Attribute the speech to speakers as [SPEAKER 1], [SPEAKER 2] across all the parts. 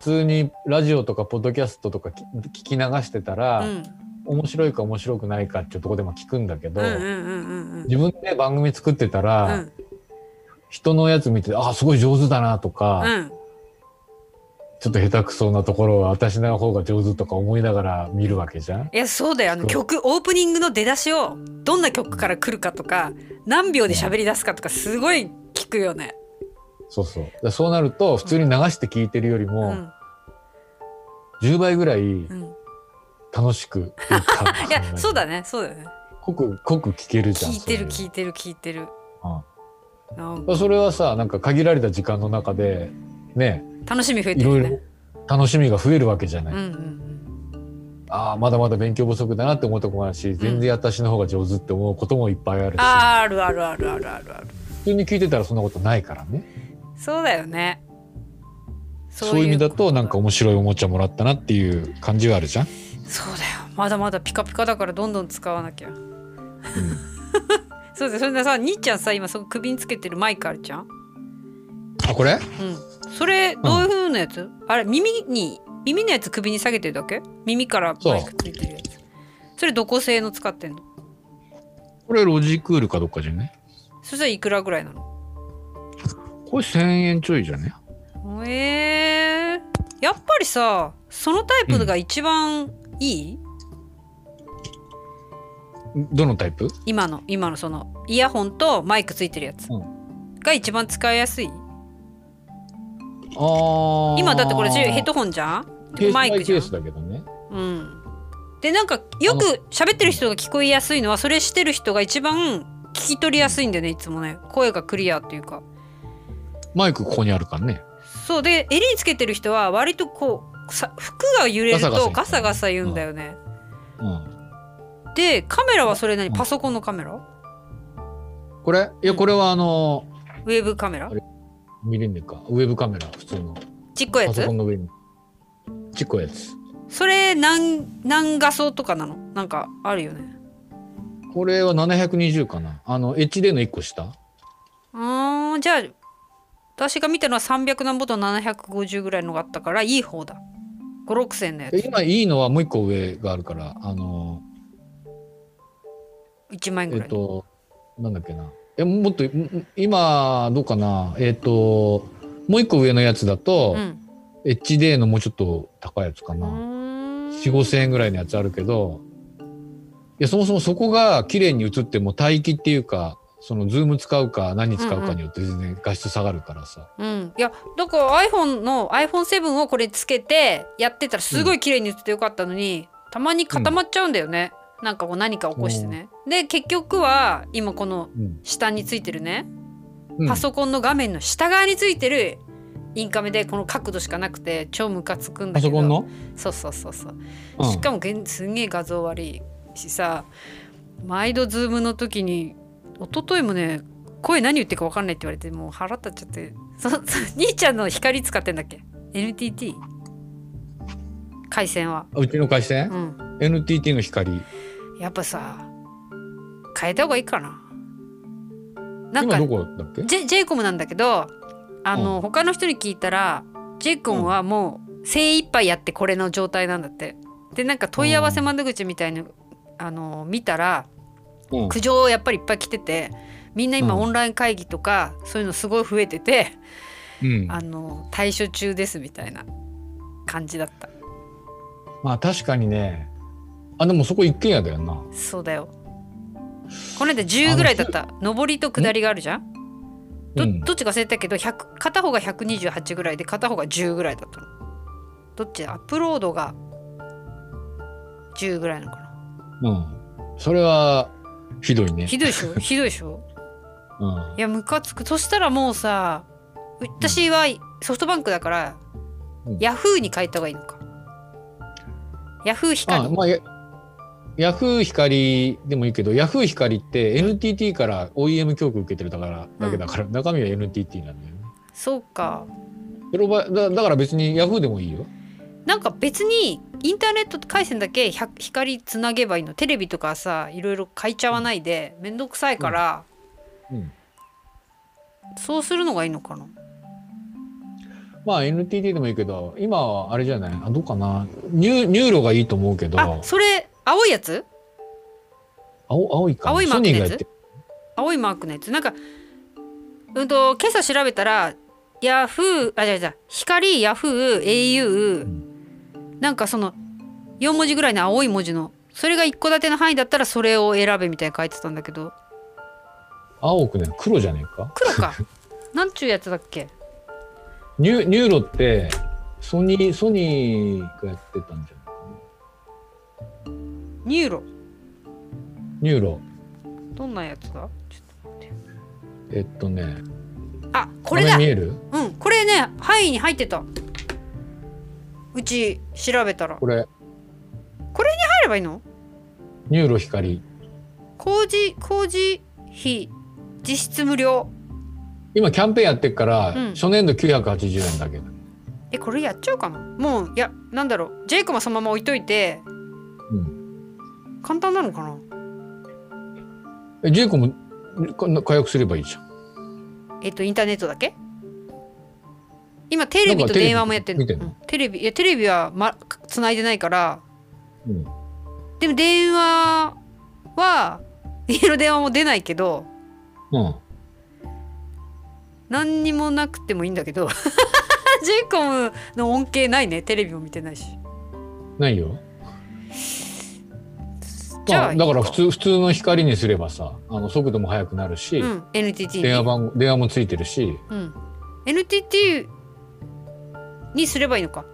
[SPEAKER 1] 通にラジオとかポッドキャストとかき聞き流してたら、
[SPEAKER 2] うん
[SPEAKER 1] 面白いか面白くないかっていうとこでも聞くんだけど、
[SPEAKER 2] うんうんうんうん
[SPEAKER 1] 自分で番組作ってた
[SPEAKER 2] う
[SPEAKER 1] ら、
[SPEAKER 2] ん
[SPEAKER 1] 人のやつ見てあすごい上手だなとか、
[SPEAKER 2] うん
[SPEAKER 1] ちょっと下手くそなところは私の方が上手とか思いながら見るわけじゃん。
[SPEAKER 2] いやそうだよあの曲オープニングの出だしをどんな曲から来るかとか何秒で喋り出すかとかすごい聞くよね。
[SPEAKER 1] そうそう。だからそうなると普通に流して聞いてるより
[SPEAKER 2] う
[SPEAKER 1] も
[SPEAKER 2] ん
[SPEAKER 1] 10倍ぐらい
[SPEAKER 2] うん、
[SPEAKER 1] 楽しくっていうか
[SPEAKER 2] いやそうだねそうだよね。
[SPEAKER 1] 濃く濃く聞けるじゃん。
[SPEAKER 2] 聞いてる
[SPEAKER 1] そ
[SPEAKER 2] 聞
[SPEAKER 1] れ
[SPEAKER 2] いてる聞いてる。なんか
[SPEAKER 1] うんそれはさなんか限られた時間の中でね
[SPEAKER 2] 楽しみ増えて
[SPEAKER 1] いろ
[SPEAKER 2] る
[SPEAKER 1] い
[SPEAKER 2] ね
[SPEAKER 1] ろ。楽しみが増えるわけじゃな
[SPEAKER 2] う
[SPEAKER 1] い。
[SPEAKER 2] んうんうん
[SPEAKER 1] ああまだまだ勉強不足だなって思うとこもあるし全然私の方が上手って思うこともいっぱいあるし、
[SPEAKER 2] あーあるあるあるあるあるある。
[SPEAKER 1] 普通に聞いてたらそんなことないからね。
[SPEAKER 2] そうだよね。
[SPEAKER 1] そういう意味だとなんか面白いおもちゃもらったなっていう感じはあるじゃん。
[SPEAKER 2] そうだよまだまだピカピカだからどんどん使わなきゃ そうですそれでさ兄ちゃんさ今そこ首につけてるマイクあるじゃん
[SPEAKER 1] あこれ
[SPEAKER 2] うんそれどういう風なやつ、あれ耳に耳のやつ首に下げてるだけ耳からマイクついてるやつそれどこ製の使ってんの
[SPEAKER 1] これロジクールかどっかじゃね
[SPEAKER 2] そしたらいくらぐらいなの
[SPEAKER 1] これ1000円ちょいじゃね
[SPEAKER 2] えー、やっぱりさそのタイプが一番いい、
[SPEAKER 1] どのタイプ
[SPEAKER 2] 今の今のそのイヤホンとマイクついてるやつ、
[SPEAKER 1] う
[SPEAKER 2] が一番使いやすい
[SPEAKER 1] あ
[SPEAKER 2] 今だってこれヘッドホンじゃん
[SPEAKER 1] ケース
[SPEAKER 2] マ
[SPEAKER 1] バ
[SPEAKER 2] イ
[SPEAKER 1] イ
[SPEAKER 2] クじゃん
[SPEAKER 1] ケースだけどね
[SPEAKER 2] うん、でなんかよく喋ってる人が聞こえやすいのはそれしてる人が一番聞き取りやすいんだよねいつもね声がクリアっていうか
[SPEAKER 1] マイクここにあるからね
[SPEAKER 2] そうで襟につけてる人は割とこうさ服が揺れるとガ
[SPEAKER 1] ガ
[SPEAKER 2] サ
[SPEAKER 1] サ
[SPEAKER 2] ガ
[SPEAKER 1] ガ
[SPEAKER 2] サ
[SPEAKER 1] サ言う
[SPEAKER 2] 言うん
[SPEAKER 1] ん
[SPEAKER 2] だよね、
[SPEAKER 1] うん
[SPEAKER 2] でカメラはそれ何
[SPEAKER 1] うん
[SPEAKER 2] パソコンのカメラ
[SPEAKER 1] これいやこれはあの
[SPEAKER 2] ウェブカメラ
[SPEAKER 1] あれ見れんねんかウェブカメラ普通の
[SPEAKER 2] ちっこいや
[SPEAKER 1] パソ
[SPEAKER 2] つ
[SPEAKER 1] コンの上にちっこいやつ
[SPEAKER 2] それ何何画素とかなのなんかあるよね
[SPEAKER 1] これは720かなあの HD の1個下
[SPEAKER 2] うーんじゃあ私が見たのは300何ぼと750ぐらいのがあったからいい方だ56000のや
[SPEAKER 1] で
[SPEAKER 2] つ
[SPEAKER 1] 今いいのはもう1個上があるからあの
[SPEAKER 2] 1万円ぐ
[SPEAKER 1] え
[SPEAKER 2] ら
[SPEAKER 1] っ
[SPEAKER 2] い、
[SPEAKER 1] と、なんだっけな。え、もっと、ん今、どうかな。えっと、もう一個上のやつだと
[SPEAKER 2] う、ん
[SPEAKER 1] HD のもうちょっと高いやつかな。4、5千円ぐらいのやつあるけど、いや、そもそもそこが綺麗に映っても帯域っていうか、そのズーム使うか何使うかによって全然画質下がるからさ。
[SPEAKER 2] うん、いやだから iPhone の iPhone7 をこれつけてやってたらすごい綺麗に映ってよかったのに、たまに固まっちゃうんだよね、なんかこう何か起こしてね。で結局は今この
[SPEAKER 1] うん。
[SPEAKER 2] 下についてるね、
[SPEAKER 1] うん
[SPEAKER 2] パソコンの画面の下側についてるインカメでこの角度しかなくて超ムカつくんだ
[SPEAKER 1] パ
[SPEAKER 2] けど
[SPEAKER 1] ソコンの、
[SPEAKER 2] そうそうそうそう、
[SPEAKER 1] うん
[SPEAKER 2] しかもげんすんげえ画像悪いしさ毎度ズームの時に一昨日もね声何言ってるか分かんないって言われてもう腹立っちゃってそ そ兄ちゃんの光使ってんだっけ NTT 回線は
[SPEAKER 1] うちの回線、
[SPEAKER 2] うん
[SPEAKER 1] ?NTT の光。
[SPEAKER 2] やっぱさ変えた方がいいかななん
[SPEAKER 1] 今
[SPEAKER 2] か
[SPEAKER 1] どこだっけ
[SPEAKER 2] J, j コムなんだけどあの、他の人に聞いたら j コムはもう精一杯やってこれの状態なんだってでなんか問い合わせ窓口みたいな、あの見たら
[SPEAKER 1] うん
[SPEAKER 2] 苦情やっぱりいっぱい来ててみんな今
[SPEAKER 1] うん
[SPEAKER 2] オンライン会議とか、そういうのすごい増えてて
[SPEAKER 1] うん。
[SPEAKER 2] あの対処中ですみたいな感じだった
[SPEAKER 1] まあ確かにね。あ、でもそこ一軒家だよな。
[SPEAKER 2] そうだよこの間10ぐらいだった上りと下りがあるじゃんど
[SPEAKER 1] うん
[SPEAKER 2] どっちか忘れたけど100片方が128ぐらいで片方が10ぐらいだったのどっちだアップロードが10ぐらいなのかな
[SPEAKER 1] うん。それは、ひどいね。
[SPEAKER 2] ひどい でしょひどいでしょ
[SPEAKER 1] うん
[SPEAKER 2] い。やムカつくそしたらもうさ私はソフトバンクだから、
[SPEAKER 1] うん
[SPEAKER 2] ヤフーに変えた方がいいのかヤフー
[SPEAKER 1] あ
[SPEAKER 2] 光
[SPEAKER 1] まあ、やヤフー光でもいいけど、ヤフー光って NTT から OEM 教育受けてるだから、だけだから、中身は NTT なんだよね。
[SPEAKER 2] そうか
[SPEAKER 1] それはだだから別にヤフーでもいいよ。
[SPEAKER 2] なんか別にインターネット回線だけ100光つなげばいいのテレビとかさいろいろ変えちゃわないで面倒くさいから、
[SPEAKER 1] うん。
[SPEAKER 2] そうするのがいいのかな
[SPEAKER 1] まあ NTT でもいいけど今はあれじゃないあどうかなニューニューロがいいと思うけど
[SPEAKER 2] あそれ青いやつ
[SPEAKER 1] 青青いか
[SPEAKER 2] 青いマー
[SPEAKER 1] ソ
[SPEAKER 2] クの
[SPEAKER 1] ニ
[SPEAKER 2] や
[SPEAKER 1] ーが
[SPEAKER 2] つ
[SPEAKER 1] やってる
[SPEAKER 2] 青いマークのやつなんかうんと今朝調べたらヤフーあじゃじゃ光ヤフー au、なんかその4文字ぐらいの青い文字のそれが一戸建ての範囲だったらそれを選べみたいに書いてたんだけど
[SPEAKER 1] 青くね黒じゃねえか
[SPEAKER 2] 黒 かなんちゅうやつだっけ
[SPEAKER 1] ニュニューロってソニーソニーがやってたんじゃないかな
[SPEAKER 2] ニューロ
[SPEAKER 1] ニューロ
[SPEAKER 2] どんなやつだちょっ
[SPEAKER 1] えっとね
[SPEAKER 2] とあこれだ
[SPEAKER 1] 画面見える
[SPEAKER 2] うんこれね範囲に入ってたうち調べたら
[SPEAKER 1] これ
[SPEAKER 2] 入ればいいの
[SPEAKER 1] ニューロ光
[SPEAKER 2] 工事工事費実質無料
[SPEAKER 1] 今キャンペーンやってっから、
[SPEAKER 2] うん
[SPEAKER 1] 初年度980円だけど
[SPEAKER 2] えこれやっちゃうかなもういやなんだろうジェイクもそのまま置いといて
[SPEAKER 1] うん
[SPEAKER 2] 簡単なのかな
[SPEAKER 1] えジェイコもこんな解約すればいいじゃん
[SPEAKER 2] えっとインターネットだけ今テレ
[SPEAKER 1] な
[SPEAKER 2] ビ
[SPEAKER 1] んか
[SPEAKER 2] と
[SPEAKER 1] テレビ
[SPEAKER 2] 電話もやってる
[SPEAKER 1] 見てんの
[SPEAKER 2] うんテレビいやテレビは、ま、繋いでないから
[SPEAKER 1] うん
[SPEAKER 2] でも電話は家の電話も出ないけど
[SPEAKER 1] うん
[SPEAKER 2] 何にもなくてもいいんだけどジェイコムの恩恵ないねテレビも見てないし
[SPEAKER 1] ないよ
[SPEAKER 2] じゃあ
[SPEAKER 1] まあ、だから
[SPEAKER 2] いい
[SPEAKER 1] 普通普通の光にすればさあの速度も速くなるし、
[SPEAKER 2] うん NTT
[SPEAKER 1] 電話番号電話もついてるし
[SPEAKER 2] うん、NTT にすればいいのか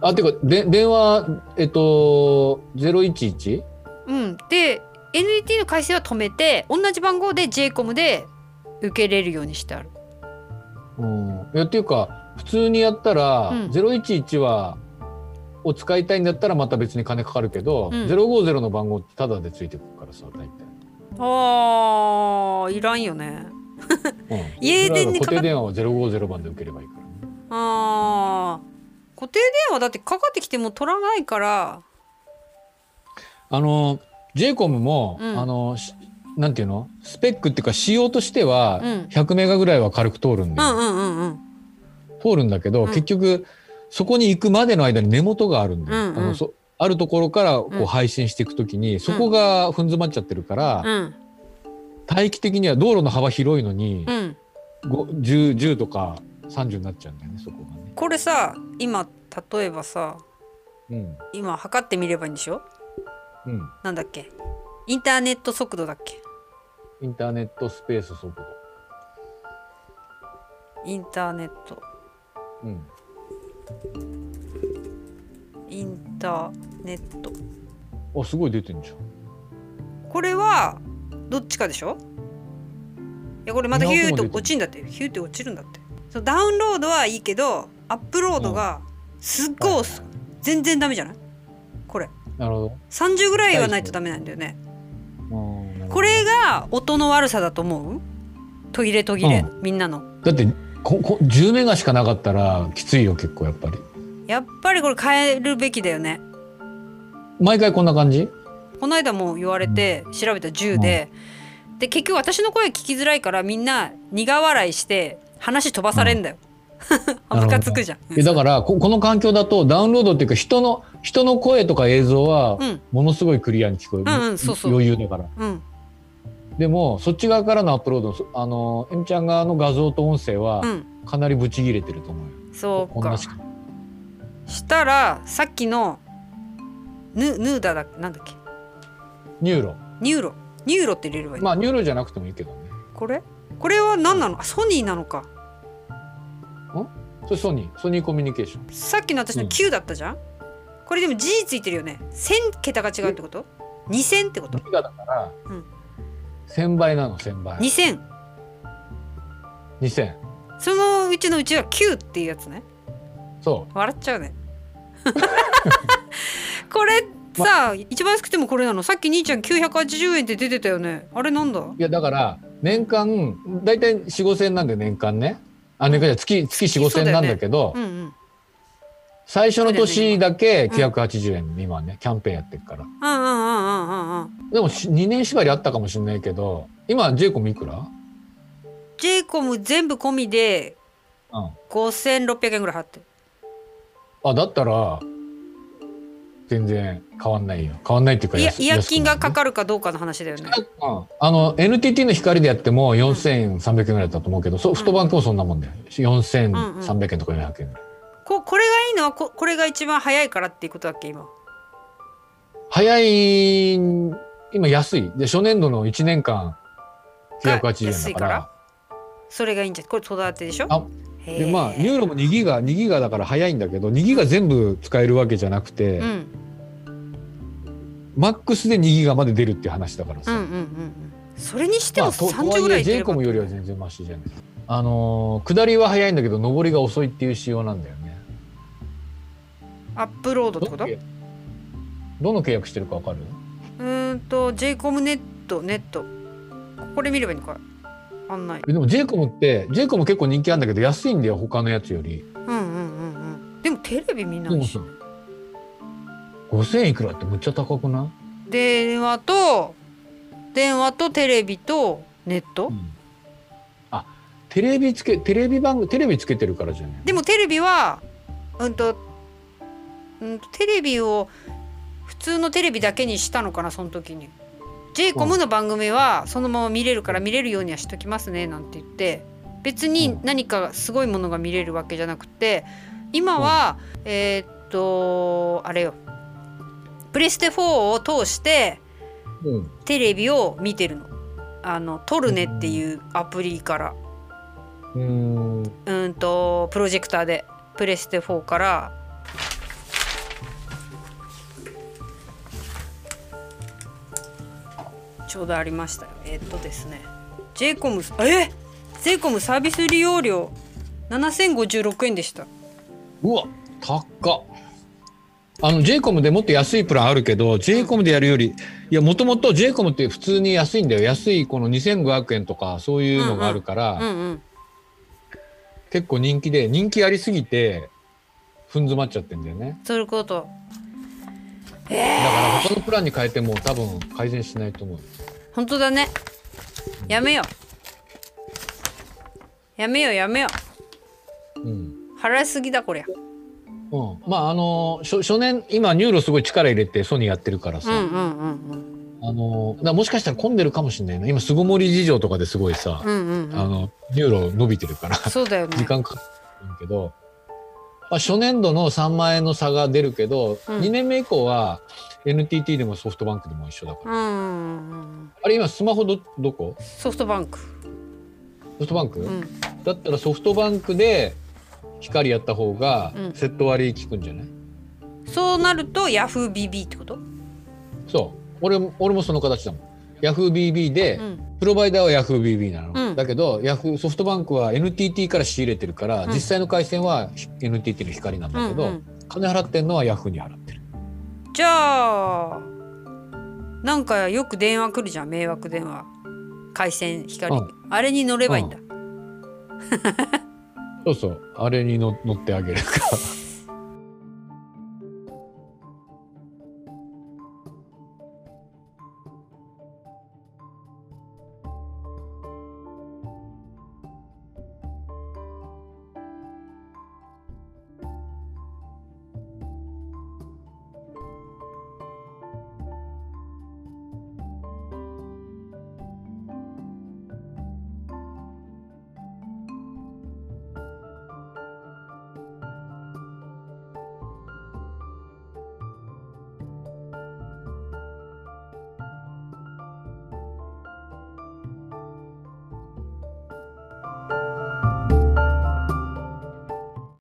[SPEAKER 1] あてかで電話えっと 011?
[SPEAKER 2] うんで NTT の回線は止めて同じ番号で JCOM で受けれるようにしてある
[SPEAKER 1] うん、いやっていうか普通にやったら、
[SPEAKER 2] うん
[SPEAKER 1] 011はを使いたいんだったらまた別に金かかるけど、
[SPEAKER 2] うん
[SPEAKER 1] 050の番号ってタダでついてくるからさ大体。
[SPEAKER 2] あーいらんよね
[SPEAKER 1] うん、
[SPEAKER 2] 家電に
[SPEAKER 1] 固
[SPEAKER 2] かかっ
[SPEAKER 1] 定電話は050番で受ければいいからね、
[SPEAKER 2] あー固定電話だってかかってきても取らないから
[SPEAKER 1] あの JCOM も、
[SPEAKER 2] うん
[SPEAKER 1] あのしなんていうのスペックっていうか仕様としては
[SPEAKER 2] うん
[SPEAKER 1] 100メガぐらいは軽く通るんで、
[SPEAKER 2] うんうんうんうん
[SPEAKER 1] 通るんだけど、
[SPEAKER 2] うん
[SPEAKER 1] 結局そこに行くまでの間に根元があるんだよ、
[SPEAKER 2] うんうん
[SPEAKER 1] あのそあるところからこ
[SPEAKER 2] うん
[SPEAKER 1] う配信していくときに、そこが踏ん詰まっちゃってるから、
[SPEAKER 2] うん
[SPEAKER 1] 帯域的には道路の幅広いのに、
[SPEAKER 2] うん
[SPEAKER 1] ご 10, 10とか30になっちゃうんだよねそこがね。
[SPEAKER 2] これさ今例えばさ
[SPEAKER 1] うん
[SPEAKER 2] 今測ってみればいいんでしょ
[SPEAKER 1] うん、
[SPEAKER 2] なんだっけインターネット速度だっけ
[SPEAKER 1] インターネットスペース速度、
[SPEAKER 2] インターネット
[SPEAKER 1] うん、
[SPEAKER 2] インターネット
[SPEAKER 1] あすごい出てんじゃん。
[SPEAKER 2] これはどっちかでしょいやこれまたヒューって落ちんだってヒューって落ちるんだってそのダウンロードはいいけどアップロードがすっごい遅い、全然ダメじゃないこれ
[SPEAKER 1] なるほ
[SPEAKER 2] 30ぐらいはないとダメなんだよね
[SPEAKER 1] どうんなるほど。
[SPEAKER 2] これが音の悪さだと思う途切れ途切れ、
[SPEAKER 1] う
[SPEAKER 2] みんなの
[SPEAKER 1] だってここ10メガしかなかったらきついよ結構やっぱり。
[SPEAKER 2] やっぱりこれ変えるべきだよね
[SPEAKER 1] 毎回こんな感じ
[SPEAKER 2] この間も言われて調べた10で、で結局私の声聞きづらいからみんな苦笑いして話飛ばされんだよ。
[SPEAKER 1] うん
[SPEAKER 2] ムカつくじゃん。
[SPEAKER 1] えだからここの環境だとダウンロードっていうか人の人の声とか映像は
[SPEAKER 2] うん
[SPEAKER 1] ものすごいクリアに聞こえる、
[SPEAKER 2] うんうんそうそう
[SPEAKER 1] 余裕だから
[SPEAKER 2] うん
[SPEAKER 1] でもそっち側からのアップロードそあのえみちゃん側の画像と音声は
[SPEAKER 2] うん
[SPEAKER 1] かなりブチ切れてると思うよ、
[SPEAKER 2] そう
[SPEAKER 1] こん
[SPEAKER 2] か
[SPEAKER 1] な。しか
[SPEAKER 2] したらさっきのヌヌーダだなんだっけ
[SPEAKER 1] ニューロ
[SPEAKER 2] ニューロニューロって入れればいいの、
[SPEAKER 1] まあニューロじゃなくてもいいけどね
[SPEAKER 2] これこれは何なのあソニーなのか
[SPEAKER 1] それソニーソニーコミュニケーション
[SPEAKER 2] さっきの私の
[SPEAKER 1] うん
[SPEAKER 2] 9だったじゃん、これでも G ついてるよね1000桁が違うってこと ?2000 ってこと
[SPEAKER 1] ギガだから、
[SPEAKER 2] うん
[SPEAKER 1] 1000倍なの1000倍
[SPEAKER 2] ?2000
[SPEAKER 1] 2000
[SPEAKER 2] そのうちのうちは9っていうやつね
[SPEAKER 1] そ
[SPEAKER 2] 笑っちゃうね これさ、一番安くてもこれなのさっき兄ちゃん980円って出てたよねあれなんだ
[SPEAKER 1] ういやだから年間大体4,5000なんで年間ねあ年間じゃ月月
[SPEAKER 2] そう
[SPEAKER 1] 4,5000
[SPEAKER 2] だよ
[SPEAKER 1] なん
[SPEAKER 2] ね
[SPEAKER 1] だけど
[SPEAKER 2] うんうん
[SPEAKER 1] 最初の年だけ
[SPEAKER 2] そうだよ
[SPEAKER 1] 980円、今はねキャンペーンやってるから
[SPEAKER 2] うんうんうんうんうんうん
[SPEAKER 1] でもし2年縛りあったかもしれないけど今ジェイコムいくら
[SPEAKER 2] ジェイコム全部込みで
[SPEAKER 1] うん
[SPEAKER 2] 5600円ぐらい払ってる
[SPEAKER 1] あだったら全然変わんないよ変わんないっていうか
[SPEAKER 2] いや
[SPEAKER 1] 安
[SPEAKER 2] 違約金がか
[SPEAKER 1] る
[SPEAKER 2] かるかどうかの話だよね
[SPEAKER 1] うん、あの NTT の光でやっても4300円ぐらいだったと思うけどソフトバンクもそんなもんだよ4300円とか400円ぐらい
[SPEAKER 2] ここれがいいのはここれが一番早いからっていうことだっけ今
[SPEAKER 1] 早い今安いで初年度の1年間980円
[SPEAKER 2] 安
[SPEAKER 1] だ
[SPEAKER 2] い
[SPEAKER 1] か
[SPEAKER 2] から
[SPEAKER 1] ら
[SPEAKER 2] それがいいんじゃこれ育てでしょ
[SPEAKER 1] あ
[SPEAKER 2] へー
[SPEAKER 1] でまあユーロも2ギガ2ギガだから早いんだけど2ギガ全部使えるわけじゃなくて、
[SPEAKER 2] うん
[SPEAKER 1] マックスで2ギガまで出るっていう話だから
[SPEAKER 2] う
[SPEAKER 1] さ、
[SPEAKER 2] んうんうんうんそれにしても30ぐらい
[SPEAKER 1] ジ
[SPEAKER 2] 出
[SPEAKER 1] ェ
[SPEAKER 2] れ
[SPEAKER 1] イ
[SPEAKER 2] ば
[SPEAKER 1] コムよりは全然マシじゃないあのー下りは早いんだけど上りが遅いっていう仕様なんだよね
[SPEAKER 2] アップロードって
[SPEAKER 1] ど
[SPEAKER 2] こ
[SPEAKER 1] の
[SPEAKER 2] とう
[SPEAKER 1] 契どの契約してるかわかる
[SPEAKER 2] ーんと j イコムネットネットこれ見ればいいのか案内
[SPEAKER 1] えでもジェイコムってジェイコム結構人気あるんだけど安いんだよ他のやつより
[SPEAKER 2] うんうんうんうんでもテレビ見な
[SPEAKER 1] で
[SPEAKER 2] い
[SPEAKER 1] も
[SPEAKER 2] し
[SPEAKER 1] さ5000いくらってむっちゃ高くな
[SPEAKER 2] 電話と電話とテレビとネット
[SPEAKER 1] い、あテレビつけテレビ番組テレビつけてるからじゃない
[SPEAKER 2] でもテレビはうんとうんとテレビを普通のテレビだけにしたのかなその時に j イコムの番組はそのまま見れるから見れるようにはしときますねなんて言って別に何かすごいものが見れるわけじゃなくて今はえーっとあれよプレステ4を通して
[SPEAKER 1] うん
[SPEAKER 2] テレビを見てるの。あのトルネっていうアプリから
[SPEAKER 1] うーん
[SPEAKER 2] うんとプロジェクターでプレステ4からちょうどありましたよえっとですね j イコムえジェイコムサービス利用料7056円でした
[SPEAKER 1] うわ高っあの j イコムでもっと安いプランあるけど j イコムでやるよりいやもともと j イコムって普通に安いんだよ安いこの2500円とかそういうのがあるから、
[SPEAKER 2] うんうん
[SPEAKER 1] 結構人気で人気ありすぎてふん詰まっちゃってんだよね
[SPEAKER 2] そういうこと
[SPEAKER 1] だから他のプランに変えても多分改善しないと思う
[SPEAKER 2] 本当だねやめようやめようやめよ
[SPEAKER 1] うん
[SPEAKER 2] う払いすぎだこりゃ
[SPEAKER 1] うん、まああの初初年今ニューロすごい力入れてソニーやってるから
[SPEAKER 2] う
[SPEAKER 1] さ、
[SPEAKER 2] んうんうんうん
[SPEAKER 1] あのだからもしかしたら混んでるかもしれないな今巣ごもり事情とかですごいさ、
[SPEAKER 2] うんうん
[SPEAKER 1] あ
[SPEAKER 2] うん
[SPEAKER 1] のニューロ伸びてるから
[SPEAKER 2] そうだよね
[SPEAKER 1] 時間かかるけど、まあ、初年度の3万円の差が出るけど、
[SPEAKER 2] うん
[SPEAKER 1] 2年目以降は NTT でもソフトバンクでも一緒だから、
[SPEAKER 2] うんうんうんうん
[SPEAKER 1] あれ今スマホどどこ
[SPEAKER 2] ソフトバンク。
[SPEAKER 1] ソフトバンク、
[SPEAKER 2] うん。
[SPEAKER 1] だったらソフトバンクで光やった方が
[SPEAKER 2] うん
[SPEAKER 1] セット割り効くんじゃない、
[SPEAKER 2] そうなるとヤフー BB ってこと？
[SPEAKER 1] そう俺も俺もその形だもん。YahooBB で、
[SPEAKER 2] うん。
[SPEAKER 1] プロバイダーは YahooBB なの、
[SPEAKER 2] うん
[SPEAKER 1] だけど Yahoo ソフトバンクは NTT から仕入れてるから、
[SPEAKER 2] うん
[SPEAKER 1] 実際の回線は NTT の光なん
[SPEAKER 2] う
[SPEAKER 1] だ
[SPEAKER 2] ん
[SPEAKER 1] け
[SPEAKER 2] う
[SPEAKER 1] ど、
[SPEAKER 2] ん。
[SPEAKER 1] 金払ってんのは Yahoo に払ってる
[SPEAKER 2] じゃあなんかよく電話来るじゃん迷惑電話。回線光、
[SPEAKER 1] うん
[SPEAKER 2] あれに乗ればいいんだ。
[SPEAKER 1] そうそうあれにの乗ってあげるか